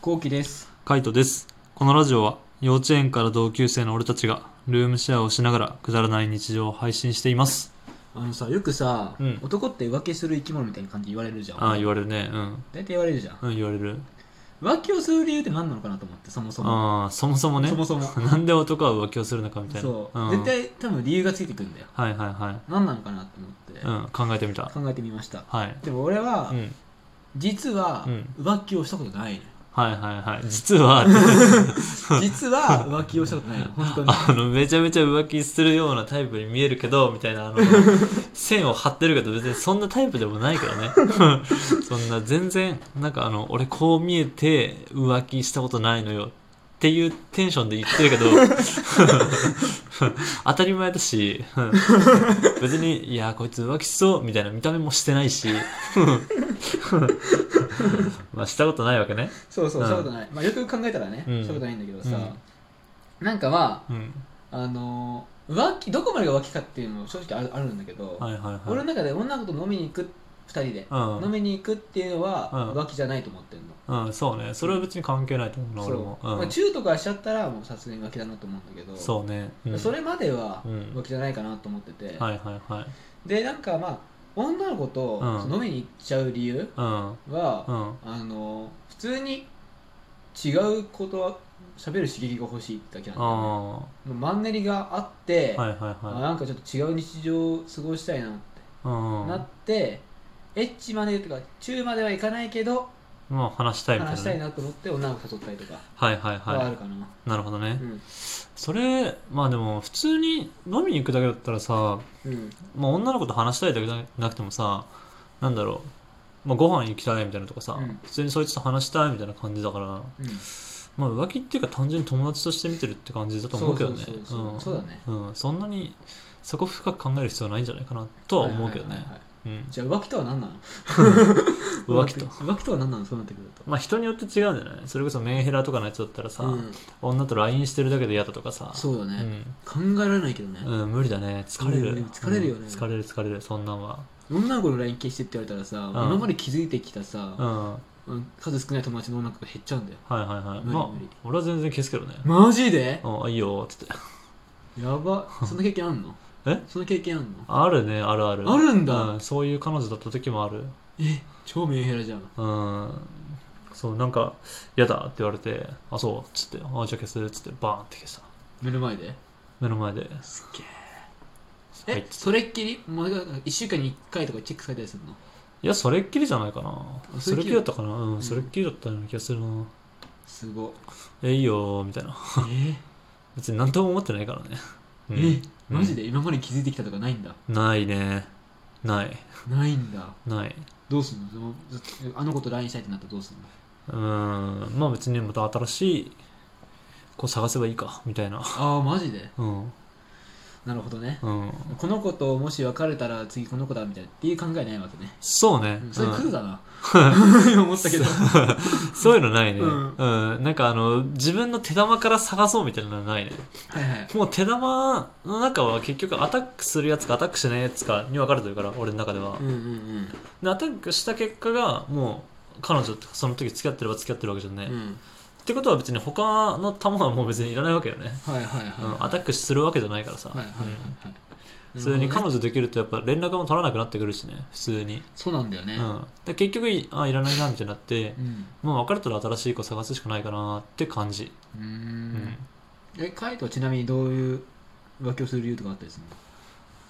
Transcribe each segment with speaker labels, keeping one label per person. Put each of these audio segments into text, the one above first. Speaker 1: こうきです。
Speaker 2: カイトです。このラジオは幼稚園から同級生の俺たちがルームシェアをしながらくだらない日常を配信しています。
Speaker 1: あのさ、よくさ、
Speaker 2: うん
Speaker 1: 男って浮気する生き物みたいな感じで言われるじゃん。
Speaker 2: ああ、言われるね。うん。
Speaker 1: 大体言われるじゃん。
Speaker 2: うん、言われる。
Speaker 1: 浮気をする理由って何なのかなと思って、そもそも。
Speaker 2: ああ、そもそもね。
Speaker 1: そもそも
Speaker 2: なんで男は浮気をするのかみたいな。
Speaker 1: そう、
Speaker 2: ん
Speaker 1: 絶。対多分理由がついてくるんだよ。
Speaker 2: はいはいは
Speaker 1: 何なのかなと思って、
Speaker 2: い。うん、考えてみた。
Speaker 1: 考えてみました。
Speaker 2: はい。
Speaker 1: でも俺は、
Speaker 2: うん。
Speaker 1: 実は、
Speaker 2: うん
Speaker 1: 浮気をしたことないのよ。
Speaker 2: はいはいはい。実は、
Speaker 1: 実は浮気をしたことないの、本当に。
Speaker 2: あの、めちゃめちゃ浮気するようなタイプに見えるけど、みたいな、あの、線を張ってるけど、別にそんなタイプでもないからね。 そんな、全然、なんかあの、俺こう見えて浮気したことないのよ。っていうテンションで言ってるけど、 当たり前だし、 別に、いや、こいつ浮気しそう、みたいな見た目もしてないし、 まあ、したことないわけね。
Speaker 1: そうそう、
Speaker 2: うん
Speaker 1: したことない。まあ、よく考えたらね、
Speaker 2: うん
Speaker 1: したことないんだけどさ、なんかま
Speaker 2: うん。
Speaker 1: あ、あのー浮気、どこまでが浮気かっていうのも正直あるあるんだけど、
Speaker 2: はいはい
Speaker 1: 俺
Speaker 2: は
Speaker 1: の
Speaker 2: い。
Speaker 1: 中で女の子と飲みに行く2人で、
Speaker 2: うん
Speaker 1: 飲みに行くっていうのは
Speaker 2: うん
Speaker 1: 浮気じゃないと思ってるの、
Speaker 2: うん、そうね。それは別に関係ないと思うな、
Speaker 1: そ
Speaker 2: 俺
Speaker 1: う
Speaker 2: も。
Speaker 1: ま
Speaker 2: う
Speaker 1: あ、
Speaker 2: ん
Speaker 1: 中とかしちゃったらもうさすがに浮気だなと思うんだけど
Speaker 2: そうね、うん
Speaker 1: それまでは
Speaker 2: うん
Speaker 1: 浮気じゃないかなと思ってて、
Speaker 2: はいはいはい
Speaker 1: でなんかまあ女の子と
Speaker 2: うん
Speaker 1: 飲みに行っちゃう理由
Speaker 2: うん
Speaker 1: は、
Speaker 2: うん
Speaker 1: あの普通に違うことは喋る刺激が欲しいってだけなんだよね
Speaker 2: あ
Speaker 1: もうマンネリがあって、
Speaker 2: あはいはい
Speaker 1: あ
Speaker 2: は
Speaker 1: なんかちょっと違う日常を過ごしたいなって
Speaker 2: いうん
Speaker 1: なって、エッチまでとか中まではいかないけど
Speaker 2: まあ話したいみたい
Speaker 1: 話
Speaker 2: な
Speaker 1: したい
Speaker 2: ね
Speaker 1: なと思って女の子誘ったりとか
Speaker 2: はいはい
Speaker 1: はあ
Speaker 2: は
Speaker 1: るかな、
Speaker 2: いなるほどね
Speaker 1: うん
Speaker 2: それまあでも普通に飲みに行くだけだったらさ
Speaker 1: うん
Speaker 2: まあ女の子と話したいだけじゃなくてもさなんだろうまあご飯行きたいみたいなとかさ、
Speaker 1: うん
Speaker 2: 普通にそいつと話したいみたいな感じだから、
Speaker 1: うん
Speaker 2: まあ浮気っていうか単純に友達として見てるって感じだと思うけどね
Speaker 1: そうそうそうそう
Speaker 2: うん
Speaker 1: そうだね
Speaker 2: うん、そんなにそこ深く考える必要はないんじゃないかなとは思うけど
Speaker 1: はい
Speaker 2: ね
Speaker 1: はいはいはい
Speaker 2: うん
Speaker 1: じゃあ浮気とは何なの
Speaker 2: 浮気と
Speaker 1: 浮気とは何なのそうなってくると
Speaker 2: まあ人によって違うんじゃないそれこそメンヘラとかのやつだったらさ、
Speaker 1: うん、
Speaker 2: 女と LINE してるだけで嫌だとかさ
Speaker 1: そうだ
Speaker 2: う
Speaker 1: ね、
Speaker 2: ん、
Speaker 1: 考えられないけどね、
Speaker 2: うん、無理だね疲れる、
Speaker 1: うん疲れるよね
Speaker 2: うん疲れる疲れるそんなんは
Speaker 1: 女の子の LINE 消してって言われたらさ、今まで気づいてきた
Speaker 2: う
Speaker 1: さ、
Speaker 2: んはい
Speaker 1: うん数少ない友達の女の子が減っちゃうんだよ
Speaker 2: はいはい
Speaker 1: 無理
Speaker 2: まあ
Speaker 1: 無理
Speaker 2: 俺は全然消すけどね、
Speaker 1: マジで
Speaker 2: ああいいよっつって
Speaker 1: やばそんな経験あんの
Speaker 2: え
Speaker 1: そんな経験あんの
Speaker 2: あるねあるある
Speaker 1: あるんだ
Speaker 2: うん、そういう彼女だった時もある
Speaker 1: え超メンヘラじゃん
Speaker 2: うんそうなんか嫌だって言われてあそうっつってあじゃあ消すっつってバーンって消した
Speaker 1: 目の前で
Speaker 2: 目の前で、
Speaker 1: すっげえ、
Speaker 2: はい、
Speaker 1: えそれっきりもう1週間に1回とかチェックされたりするの
Speaker 2: いやそれっきりじゃないかな
Speaker 1: あそ
Speaker 2: そ
Speaker 1: れっ
Speaker 2: れ
Speaker 1: き
Speaker 2: っき
Speaker 1: り
Speaker 2: りだったかなうん、
Speaker 1: うん
Speaker 2: それっきりだったような気がするな
Speaker 1: すごっ
Speaker 2: えいいよーみたいな
Speaker 1: え
Speaker 2: 別に何とも思ってないからね、う
Speaker 1: え
Speaker 2: ん、
Speaker 1: マジで今まで気づいてきたとかないんだ
Speaker 2: ないねない
Speaker 1: ないんだ
Speaker 2: ない
Speaker 1: どうすんのそのずっとあの子と LINE したいってなったらどうすんの
Speaker 2: うーんまあ別にまた新しい子探せばいいかみたいな
Speaker 1: ああマジで
Speaker 2: うん
Speaker 1: なるほどね
Speaker 2: うん
Speaker 1: この子ともし別れたら次この子だみたいなっていう考えないわけね
Speaker 2: そうね、
Speaker 1: うんそれ
Speaker 2: うん
Speaker 1: 来るだな今 思ったけど
Speaker 2: そういうのないね、
Speaker 1: う
Speaker 2: うんんなんかあの自分の手玉から探そうみたいなのはないね
Speaker 1: はいはい
Speaker 2: もう手玉の中は結局アタックするやつかアタックしないやつかに分かれてるから俺の中では、
Speaker 1: うんうんうん
Speaker 2: でアタックした結果がもう彼女とかその時付き合ってれば付き合ってるわけじゃんね、
Speaker 1: う
Speaker 2: っ
Speaker 1: ん
Speaker 2: てことは別に他の球はもう別にいらないわけよね、
Speaker 1: はいはいはい
Speaker 2: うん、アタックするわけじゃないからさ、
Speaker 1: はいはいはいはい
Speaker 2: うん普通に
Speaker 1: なる
Speaker 2: 彼
Speaker 1: ほどね
Speaker 2: 女できるとやっぱ連絡も取らなくなってくるしね普通に、
Speaker 1: そうなんだよ
Speaker 2: う
Speaker 1: ね
Speaker 2: ん、で結局あいらないなみたいになって
Speaker 1: うん
Speaker 2: もう別れたら新しい子探すしかないかなって感じ、
Speaker 1: うー
Speaker 2: うん
Speaker 1: んえカイトはちなみにどういう浮気をする理由とかあったりするの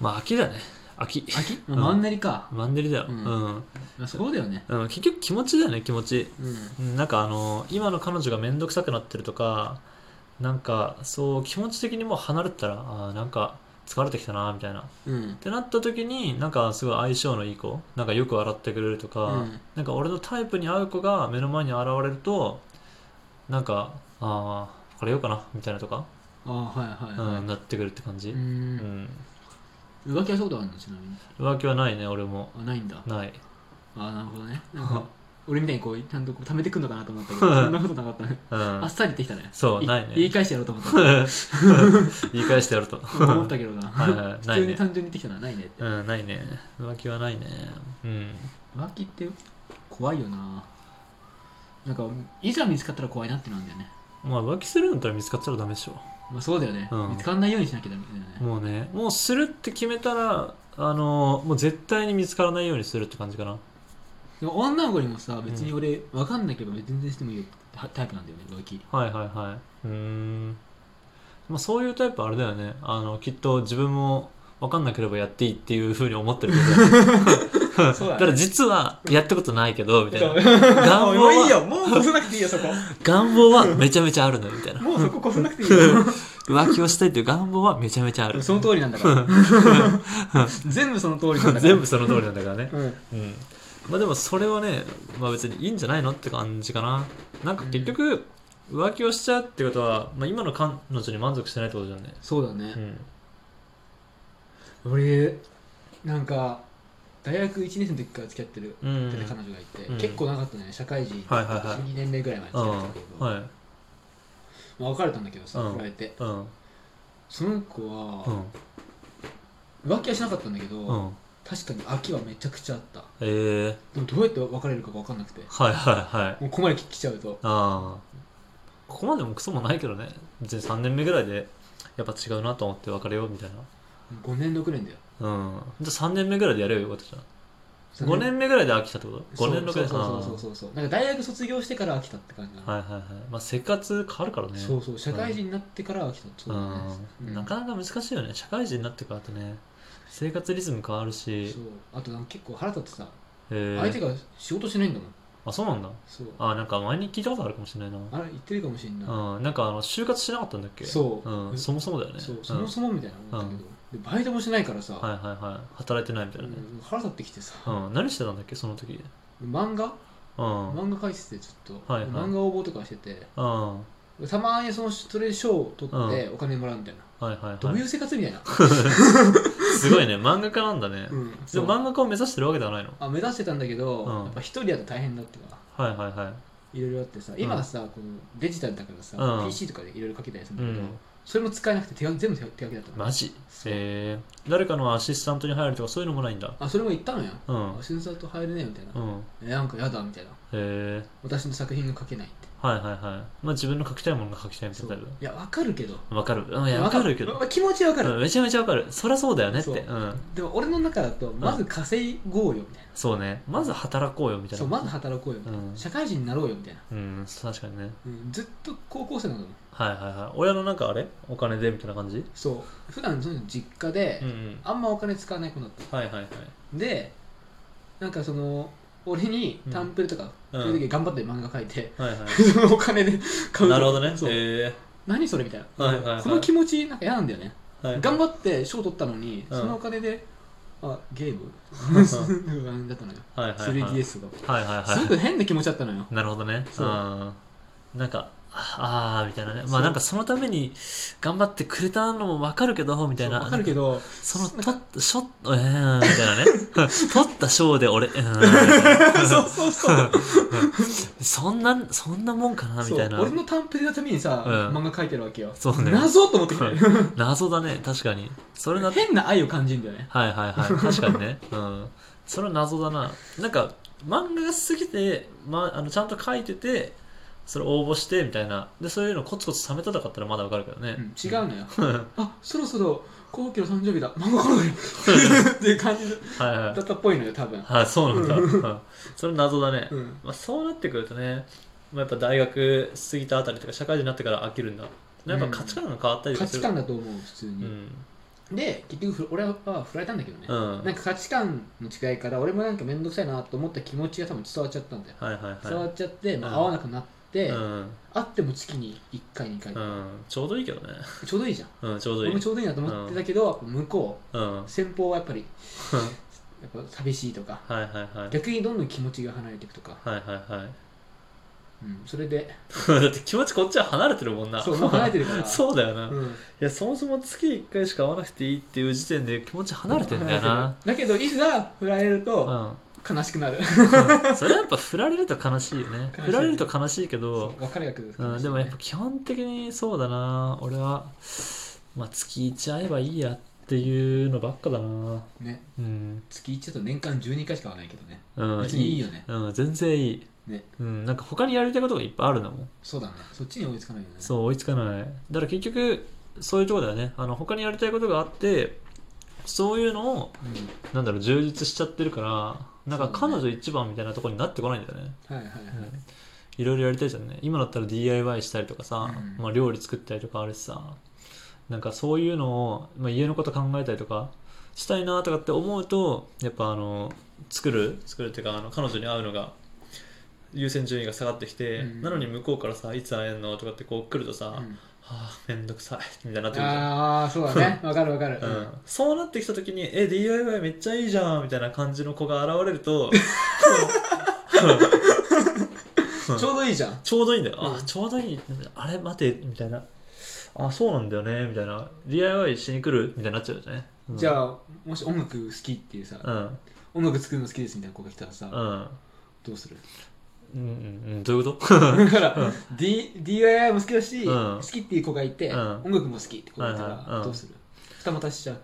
Speaker 2: まあ秋だね秋
Speaker 1: 秋
Speaker 2: うん
Speaker 1: マンネリか、
Speaker 2: マンネリだよ、
Speaker 1: う
Speaker 2: うんんうん
Speaker 1: まあそうだよね
Speaker 2: 結局気持ちだよね気持ち
Speaker 1: うん
Speaker 2: うんなんかあの今の彼女が面倒くさくなってるとかなんかそう気持ち的にもう離れてたらあーなんか疲れてきたなみたいなっ
Speaker 1: うん
Speaker 2: てなった時になんかすごい相性のいい子なんかよく笑ってくれるとか、
Speaker 1: うん
Speaker 2: なんか俺のタイプに合う子が目の前に現れるとなんかああ別れようかなみたいなとか、
Speaker 1: あはいはいはい
Speaker 2: うん、なってくるって感じ、
Speaker 1: う
Speaker 2: うん
Speaker 1: ん浮気はそうだあるのちなみに
Speaker 2: 浮気はないね俺も
Speaker 1: あないんだ
Speaker 2: ない
Speaker 1: あなるほどねなんか俺みたいにこうちゃんとこう貯めてくんのかなと思ったけどそんなことなかったね
Speaker 2: う
Speaker 1: あっ
Speaker 2: ん
Speaker 1: さりできたね
Speaker 2: そうないね
Speaker 1: 言い返してやろうと思っ た
Speaker 2: 言い返してやると
Speaker 1: 思ったけどな
Speaker 2: はいはい
Speaker 1: 普
Speaker 2: な
Speaker 1: 通
Speaker 2: い
Speaker 1: に
Speaker 2: ね
Speaker 1: 単純にできたのはないねって
Speaker 2: うん、ないね。浮気はないね。うん。
Speaker 1: 浮気って怖いよななんかいざ見つかったら怖いなってなんだよね
Speaker 2: まあ浮気するんだったら見つかっちゃダメでしょ
Speaker 1: まあそうだよね、
Speaker 2: うん
Speaker 1: 見つかんないようにしなきゃダメだよね、
Speaker 2: もうねもうするって決めたらあのもう絶対に見つからないようにするって感じかな
Speaker 1: でも女の子にもさ別に俺わかんなければ全然してもいいよってタイプなんだよね浮気
Speaker 2: はいはいはいうーん、まあ、そういうタイプあれだよねあのきっと自分も分かんなければやっていいっていうふうに思ってるけ ど
Speaker 1: そうだね
Speaker 2: だから実はやったことないけどみたいな
Speaker 1: も
Speaker 2: 願
Speaker 1: う
Speaker 2: 望はい
Speaker 1: いよもうこさなくていいよそこ
Speaker 2: 願望はめちゃめちゃあるのよ みたいな
Speaker 1: もうそここさなくていいよ
Speaker 2: 浮気をしたいっていう願望はめちゃめちゃある
Speaker 1: その通りなんだから 全部その通りなんだから
Speaker 2: 全部その通りなんだからね
Speaker 1: うん
Speaker 2: うんまあでもそれはね、まあ、別にいいんじゃないのって感じかななんか結局浮気をしちゃうってことは、まあ、今の彼女に満足してないってことじゃんね
Speaker 1: そうだね
Speaker 2: う、ん
Speaker 1: 俺なんか大学1年生の時から付き合ってる
Speaker 2: うんうん
Speaker 1: 彼女がいて、
Speaker 2: うん
Speaker 1: 結構長かったね社会人
Speaker 2: はいはいはい
Speaker 1: 12年目ぐらいまで
Speaker 2: う
Speaker 1: 付き合っ
Speaker 2: ん
Speaker 1: てたけど、
Speaker 2: はい
Speaker 1: まあ、別れたんだけどさ
Speaker 2: うん
Speaker 1: 振られて
Speaker 2: うん
Speaker 1: その子
Speaker 2: う
Speaker 1: は
Speaker 2: ん
Speaker 1: 浮気はしなかったんだけど、
Speaker 2: うん
Speaker 1: 確かに秋はめちゃくちゃあった
Speaker 2: えー、
Speaker 1: でもどうやって別れるかが分かんなくても
Speaker 2: はいはいはいう
Speaker 1: ここまで来ちゃうと
Speaker 2: ああここまでもクソもないけどね別に3年目ぐらいでやっぱ違うなと思って別れようみたいな
Speaker 1: 5年6年だよ
Speaker 2: うんじゃあ3年目ぐらいでやれよよかったじゃん5年目ぐらいで飽きたってこと
Speaker 1: そう
Speaker 2: 5年6年
Speaker 1: そうそうそうそうそうなんか大学卒業してから飽きたって感じだ
Speaker 2: ああはいはいはいまあ生活変わるからね
Speaker 1: そうそう社会人になってから飽きたそうだね
Speaker 2: う、
Speaker 1: うんん
Speaker 2: なかなか難しいよね社会人になってからってね生活リズム変わるし
Speaker 1: そうあとなんか結構腹立ってさ
Speaker 2: えー
Speaker 1: 相手が仕事しないんだもん
Speaker 2: あそうなんだ
Speaker 1: そう
Speaker 2: あなんか前に聞いたことあるかもしれないな
Speaker 1: あれ言ってるかもしれな
Speaker 2: うん、なんかあの就活しなかったんだっけ
Speaker 1: そう
Speaker 2: うん、そもそもだよね
Speaker 1: いそうそもそもみたいなもんだけどでバイトもしないから
Speaker 2: うんはい
Speaker 1: さ
Speaker 2: はいはい働いてないみたいなね、
Speaker 1: うん腹立ってきてさ
Speaker 2: うん何してたんだっけその時
Speaker 1: 漫画
Speaker 2: うん、うん
Speaker 1: 漫画描いててずっと
Speaker 2: はいはい
Speaker 1: 漫画応募とかしてて
Speaker 2: はい
Speaker 1: たまにそのそれで賞を取ってお金もらうみたいな
Speaker 2: はいはい
Speaker 1: どういう生活みたいな
Speaker 2: すごいね漫画家なんだね、
Speaker 1: うん
Speaker 2: で
Speaker 1: そう
Speaker 2: も漫画家を目指してるわけではないの
Speaker 1: あ目指してたんだけど
Speaker 2: うん
Speaker 1: やっぱ一人だと大変だってか
Speaker 2: はいはいはい
Speaker 1: いろいろあってさ今はさこのデジタルだから
Speaker 2: う
Speaker 1: さ
Speaker 2: ん
Speaker 1: PC とかでいろいろ書けたりする
Speaker 2: うん
Speaker 1: だけど
Speaker 2: ん
Speaker 1: それも使えなくて手書き全部手書手書きだったの
Speaker 2: マジ
Speaker 1: そう
Speaker 2: えー、誰かのアシスタントに入るとかそういうのもないんだ
Speaker 1: あそれも言ったのよ
Speaker 2: うん
Speaker 1: あ新作と入れねえみたいな
Speaker 2: うん
Speaker 1: えなんかやだみたいな
Speaker 2: へえ
Speaker 1: 私の作品が書けないって
Speaker 2: はいはいはいまあ自分の書きたいものが書きたいみたいなタイ
Speaker 1: いやわかるけど
Speaker 2: プわかるうんいやわかるけど
Speaker 1: わ気持ちはわかる、
Speaker 2: うんめちゃめちゃわかるそりゃそうだよねって
Speaker 1: そう
Speaker 2: うん
Speaker 1: でも俺の中だとまず稼ごうよみたいな、
Speaker 2: そうねまず働こうよみたいな
Speaker 1: そうまず働こうよみたいな、
Speaker 2: うん
Speaker 1: 社会人になろうよみたいな、
Speaker 2: うん確かにね
Speaker 1: うん、ずっと高校生なのに
Speaker 2: はいはいはい親のなんかあれお金でみたいな感じ
Speaker 1: そう普段その実家で、
Speaker 2: うんうん
Speaker 1: あんまお金使わない子だった
Speaker 2: はいはいはい
Speaker 1: でなんかその俺にタンプルとか、
Speaker 2: うん
Speaker 1: そういう時頑張って漫画描いて、
Speaker 2: はいは
Speaker 1: そのお金で買
Speaker 2: いうなるほどね
Speaker 1: そう
Speaker 2: え
Speaker 1: 何それみたいな、
Speaker 2: はいはいはい
Speaker 1: この気持ちなんか嫌なんだよね
Speaker 2: ーはい
Speaker 1: 頑張って賞取ったのに、
Speaker 2: うん
Speaker 1: そのお金であゲーム
Speaker 2: うん
Speaker 1: なんかだったのよ
Speaker 2: はいはいはい
Speaker 1: 3DS が
Speaker 2: はいはいはい
Speaker 1: すごく変な気持ちだったのよ
Speaker 2: なるほどね。
Speaker 1: そう
Speaker 2: うんなんか、ああーみたいなね。
Speaker 1: そ
Speaker 2: ま
Speaker 1: う
Speaker 2: あなんかそのために頑張ってくれたのもわかるけど、みたいな。
Speaker 1: わかるけ ど
Speaker 2: その、とった、しょ、えー、みたい なね。取った賞で俺、うーん
Speaker 1: そうそうそう
Speaker 2: そんな、そんなもんか なみ
Speaker 1: そう
Speaker 2: たいな
Speaker 1: 俺。の短編のためにさ、
Speaker 2: うん
Speaker 1: 漫画描いてるわけよ
Speaker 2: そうね
Speaker 1: 謎と思ってきて
Speaker 2: 謎だね、確かに。それな、は い
Speaker 1: 変な愛を感じるんだよね
Speaker 2: はいはい、確かにね。うん。それは謎だな。なんか、漫画が好きで、ま、あのちゃんと書いてて、それ応募してみたいな。で、そういうのコツコツ貯めたとかだったらまだわかるけどね。
Speaker 1: うん違うのよあそろそろ後期の誕生日だ漫画描い てるっていう感じだ
Speaker 2: はいはい
Speaker 1: っ。たっぽいのよ多分
Speaker 2: はい、そうなん だ。うんそれ謎だね。
Speaker 1: うん
Speaker 2: まあ、そうなってくるとね、まあ、やっぱ大学過ぎたあたりとか社会人になってから飽きるんだ。やっぱ価値観が変わったりと
Speaker 1: 価
Speaker 2: か
Speaker 1: 値
Speaker 2: する。
Speaker 1: 観だと思う普通
Speaker 2: う
Speaker 1: に、
Speaker 2: ん。
Speaker 1: で結局ふ俺は振られたんだけどね、
Speaker 2: うん。
Speaker 1: なんか価値観の違いから俺もなんか面倒くさいなと思った気持ちが多分伝わっちゃったんだよ、
Speaker 2: はいはい
Speaker 1: 伝わ
Speaker 2: は
Speaker 1: っちゃって、まあ
Speaker 2: うん
Speaker 1: 会わなくなって、
Speaker 2: い。うん。
Speaker 1: 会っても月に1回2回、
Speaker 2: うん。ちょうどいいけどね。
Speaker 1: ちょうどいいじゃん
Speaker 2: うん、ちょうどい
Speaker 1: 俺
Speaker 2: い。
Speaker 1: もちょうどいいなと思ってたけど、やっぱ向こ
Speaker 2: うん。は
Speaker 1: う先方はやっぱり
Speaker 2: い
Speaker 1: やっぱ寂しいとか
Speaker 2: はいはい。
Speaker 1: 逆にどんどん気持ちが離れていくとか、
Speaker 2: はいはいはい。
Speaker 1: うん、それで
Speaker 2: だって気持ちこっちは離れてるもんな。
Speaker 1: そうもう離れてるから
Speaker 2: そうだよな。い
Speaker 1: うん、
Speaker 2: や、そもそも月1回しか会わなくていいっていう時点で気持ち離れてんだよな。
Speaker 1: だけどいざ振られる
Speaker 2: う
Speaker 1: と
Speaker 2: ん。
Speaker 1: 悲しくなる
Speaker 2: それはやっぱ振られると悲しいよね
Speaker 1: 悲しい
Speaker 2: 振られると悲しいけど
Speaker 1: そう別れが来る
Speaker 2: う、ん、でもやっぱ基本的にそうだな俺は、まあ、月1会えばいいやっっていうのばっかだな
Speaker 1: ね
Speaker 2: うん、
Speaker 1: 月1だと年間12回しかはないけどね
Speaker 2: うん、
Speaker 1: 別にいいよね
Speaker 2: うん、全然いい、
Speaker 1: ね
Speaker 2: うん、なんか他にやりたいことがいっぱいあるんだもん
Speaker 1: そうだねそっちに追いつかないよね
Speaker 2: そう追いつかないだから結局そういうとこだよねあの他にやりたいことがあってそういうのを
Speaker 1: うん、
Speaker 2: なんだろう充実しちゃってるからなんか
Speaker 1: そう
Speaker 2: 彼
Speaker 1: だね
Speaker 2: 女一番みたいなところになってこないんだよね
Speaker 1: はいはいはい、
Speaker 2: うんいろいろやりたいじゃんね今だったら DIY したりとかさ、
Speaker 1: うん
Speaker 2: まあ、料理作ったりとかあるしさなんかそういうのを、まあ、家のこと考えたりとかしたいなとかって思うとやっぱあの作る作るっていうかあの彼女に会うのが優先順位が下がってきて、
Speaker 1: うん
Speaker 2: なのに向こうからさいつ会えんのとかってこう来るとさ、
Speaker 1: う
Speaker 2: は
Speaker 1: ん
Speaker 2: あめんどくさいみたいになってくるじゃん
Speaker 1: ああそうだねわかるわかる、
Speaker 2: うんそうなってきた時に「え DIY めっちゃいいじゃん」みたいな感じの子が現れる と
Speaker 1: ちょうどいいじゃん
Speaker 2: ちょうどいいんだよ。
Speaker 1: う
Speaker 2: あ、
Speaker 1: ん
Speaker 2: ちょうどいい。あれ、待て、みたいな。あ、そうなんだよね、みたいな。DIY しに来るみたいになっちゃうよね。うん、
Speaker 1: じ
Speaker 2: あ。
Speaker 1: ゃあもし音楽好きっていうさ、
Speaker 2: うん。
Speaker 1: 音楽作るの好きですみたいな子が来たらさ、
Speaker 2: うん。
Speaker 1: どうする
Speaker 2: うんうんうん、どういうこと は
Speaker 1: だから、D、DIY も好きだし、
Speaker 2: うん
Speaker 1: 好きっていう子がいて、
Speaker 2: うん
Speaker 1: 音楽も好きって子がいた
Speaker 2: はいはいうん
Speaker 1: らどうする、二股しちゃう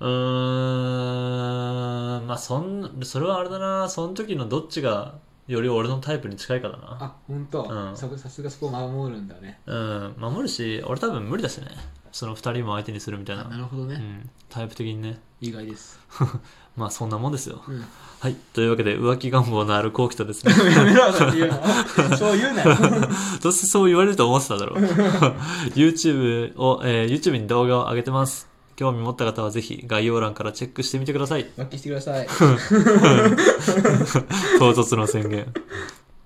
Speaker 2: うーん、まあ、そん、それはあれだな。その時のどっちがより俺のタイプに近いかだな。
Speaker 1: あ本当、
Speaker 2: うん
Speaker 1: ささすがそこを守るんだね
Speaker 2: うん、守るし、俺多分無理だしね。その二人も相手にするみたいな。
Speaker 1: なるほどね、
Speaker 2: うん、タイプ的にね。
Speaker 1: 意外です、
Speaker 2: まあ、そんなもんですよ。
Speaker 1: うん、
Speaker 2: はい。というわけで、浮気願望のある後期とですね。
Speaker 1: やめろっていう のそう言うなよ
Speaker 2: どうせそう言われると思ってただろう。YouTube を、えー YouTube に動画を上げてます。興味持った方はぜひ概要欄からチェックしてみてください。
Speaker 1: 罰金してください
Speaker 2: 唐突の宣言。